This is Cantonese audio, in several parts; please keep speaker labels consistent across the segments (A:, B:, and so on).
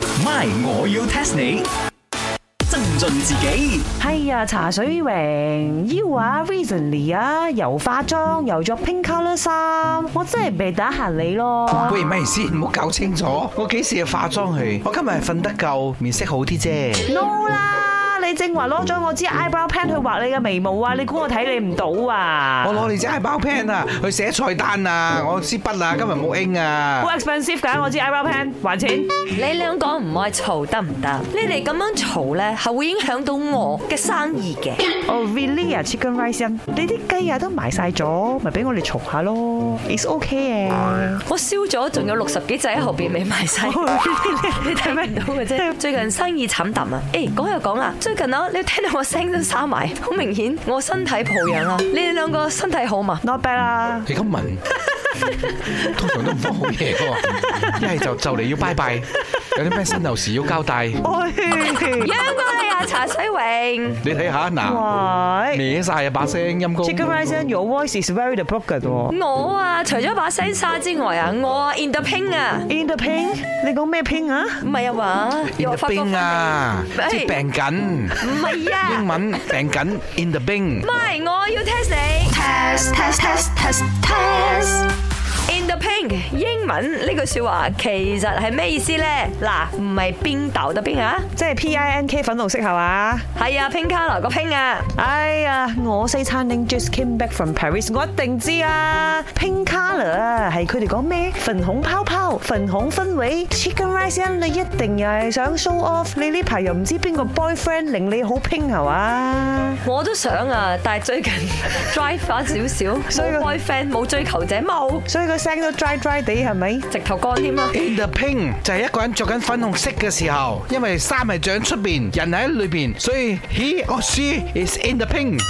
A: My，我要 test 你。增進自己
B: 係啊，茶水榮，you 啊，recently 啊，又化妝又着 pink colour 衫，我真係被打閒你咯。
C: 喂，咩意思？唔好搞清楚，我幾時化妝去？我今日係瞓得夠，面色好啲啫。
B: No 啦，你正話攞咗我支 eyebrow pen 去畫你嘅眉毛啊，你估我睇你唔到啊？
C: 我攞你隻 eyebrow pen 啊，去寫菜單啊，我支筆啊，今日冇 ink 啊。
B: 好 expensive 㗎，我支 eyebrow pen 還錢。
D: 你兩個唔愛嘈得唔得？你哋咁樣嘈呢，係會影響到我嘅生意嘅。
B: 哦，really 啊，chicken rice 因，你啲雞啊都埋晒咗，咪俾我哋嘈下咯，it's okay 嘅。
D: 我燒咗，仲有六十幾隻喺後邊未 賣晒，
C: 哦
D: 你睇唔到嘅啫。最近生意慘淡啊！誒，講又講啦，最近啊，你聽到我聲都沙埋，好明顯我身體抱恙啦。你哋兩個身體好嘛？
B: Not bad 啦，
C: 你咁問，通常都唔講好嘢嘅喎，一係就就嚟要拜拜，有啲咩新牛事要交代，你
B: 喂，
D: 養過你啊，茶水榮。
C: 睇下嗱，
B: 喂
C: 歪晒啊把聲，陰公。
B: ，chicken rice in your voice is very broken 喎。
D: 我啊，除咗把聲沙之外啊，我啊 in the pink 啊，
B: In the pink，你講咩 pink 啊？
D: 唔係啊嘛，
C: In the
D: 法國
C: bing 啊，
D: 哎
C: 即係病緊，
D: 唔係啊
C: 英，文病緊 in the bing
D: 唔。係我要 test 你。
E: test test test test test
D: In the pink，英文呢句说話其實係咩意思咧？嗱，唔係邊度得邊啊，
B: 即係 P I N K 粉紅色係嘛？
D: 係啊，pink color 個 pink 啊，
B: 哎呀，我西餐廳 just came back from Paris，我一定知啊。Pink colour 啊，係佢哋講咩？粉紅泡泡、粉紅氛圍。Chicken rice in，你一定又係想 show off。你呢排又唔知邊個 boyfriend 令你好 pink 係嘛？
D: 我都想啊，但係最近 drive 翻少少，
B: 所以個
D: 冇 boyfriend，冇追求者，冇，
B: 所以個聲都 dry dry 地係咪？
D: 直頭乾添啊啦。
C: In the pink 就係一個人着緊粉紅色嘅時候，因為衫係着喺出邊，人喺裏邊，所以 he or she is in the pink。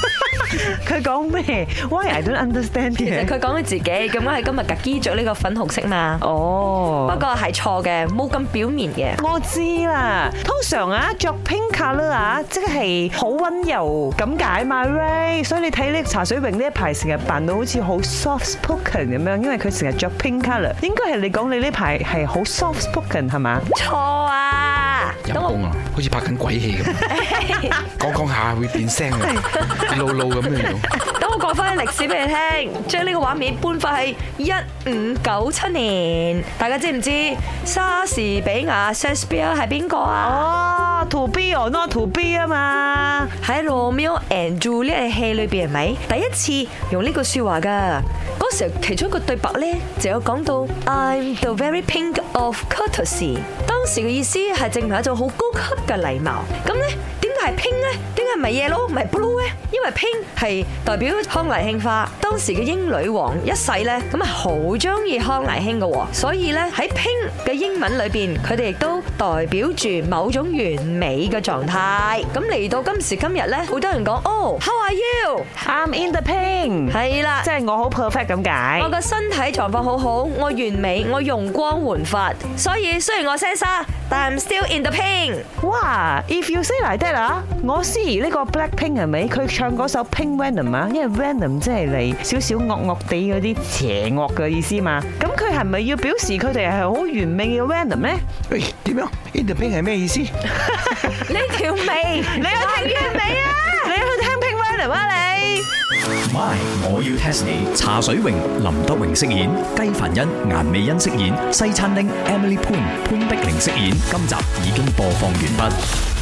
B: 佢講咩？Why I don't understand
D: 其實
B: 嘅？
D: 佢講佢自己，咁我係今日格機着呢個粉紅色嘛，
B: 哦
D: 不。過係錯嘅，冇咁表面嘅。
B: 我知啦，通常啊着 pink colour 啊，即係好温柔咁解嘛，Ray。所以你睇呢茶水榮呢一排成日扮到好似好 soft spoken 咁樣，因為佢成日着 pink colour。應該係你講你呢排係好 soft spoken 係嘛？
D: 錯啊！
C: 陰
D: 等
C: 公
D: 我
C: 啊，好似拍緊鬼戲 咁，講講下會變聲嘅，露露咁樣 樣。
D: 等我講翻歷史俾你聽，將呢個畫面搬翻去一五九七年，大家知唔知莎士比亞 Shakespeare 係邊個啊？
B: 哦，to be or not to be 啊嘛，
D: 喺《羅密歐 and Juliet》戲裏邊係咪第一次用呢句説話㗎？嗰時候其中一個對白咧就有講到 I'm the very pink of courtesy，當時嘅意思係證明一種好高級嘅禮貌。咁咧點解係 pink 咧？點解唔係 yellow 唔係 blue 咧？因為 pink 係代表康乃馨花，當時嘅英女王一世咧咁啊好中意康乃馨嘅喎，所以咧喺 pink 嘅英文裏邊，佢哋亦都代表住某種完美嘅狀態。咁嚟到今時今日咧，好多人講哦，How are you？
B: ，I'm in the pink，
D: 係啦
B: 即。係我好 perfect 咁解
D: 我。個身體狀況好好，我完美，我容光煥發，所以雖然我聲沙，但 I'm still in the pink。
B: 哇！If you say like that 啊，我思怡呢個 Blackpink 係咪？佢唱嗰首 Pink Venom 啊，因為 Venom 即係嚟少少惡惡地嗰啲邪惡嘅意思嘛。咁佢係咪要表示佢哋係好完美嘅 Venom 咧？
C: 喂，點樣？In the pink 係咩意思？
D: 呢條眉，你
B: 去聽未啊？你去聽 Pink Venom 啊你？
A: ，My，我要 test 你。茶水榮、林德榮飾演，雞凡欣、顏美欣飾演，西餐廳 Emily Poon 潘碧玲飾演。今集已經播放完畢。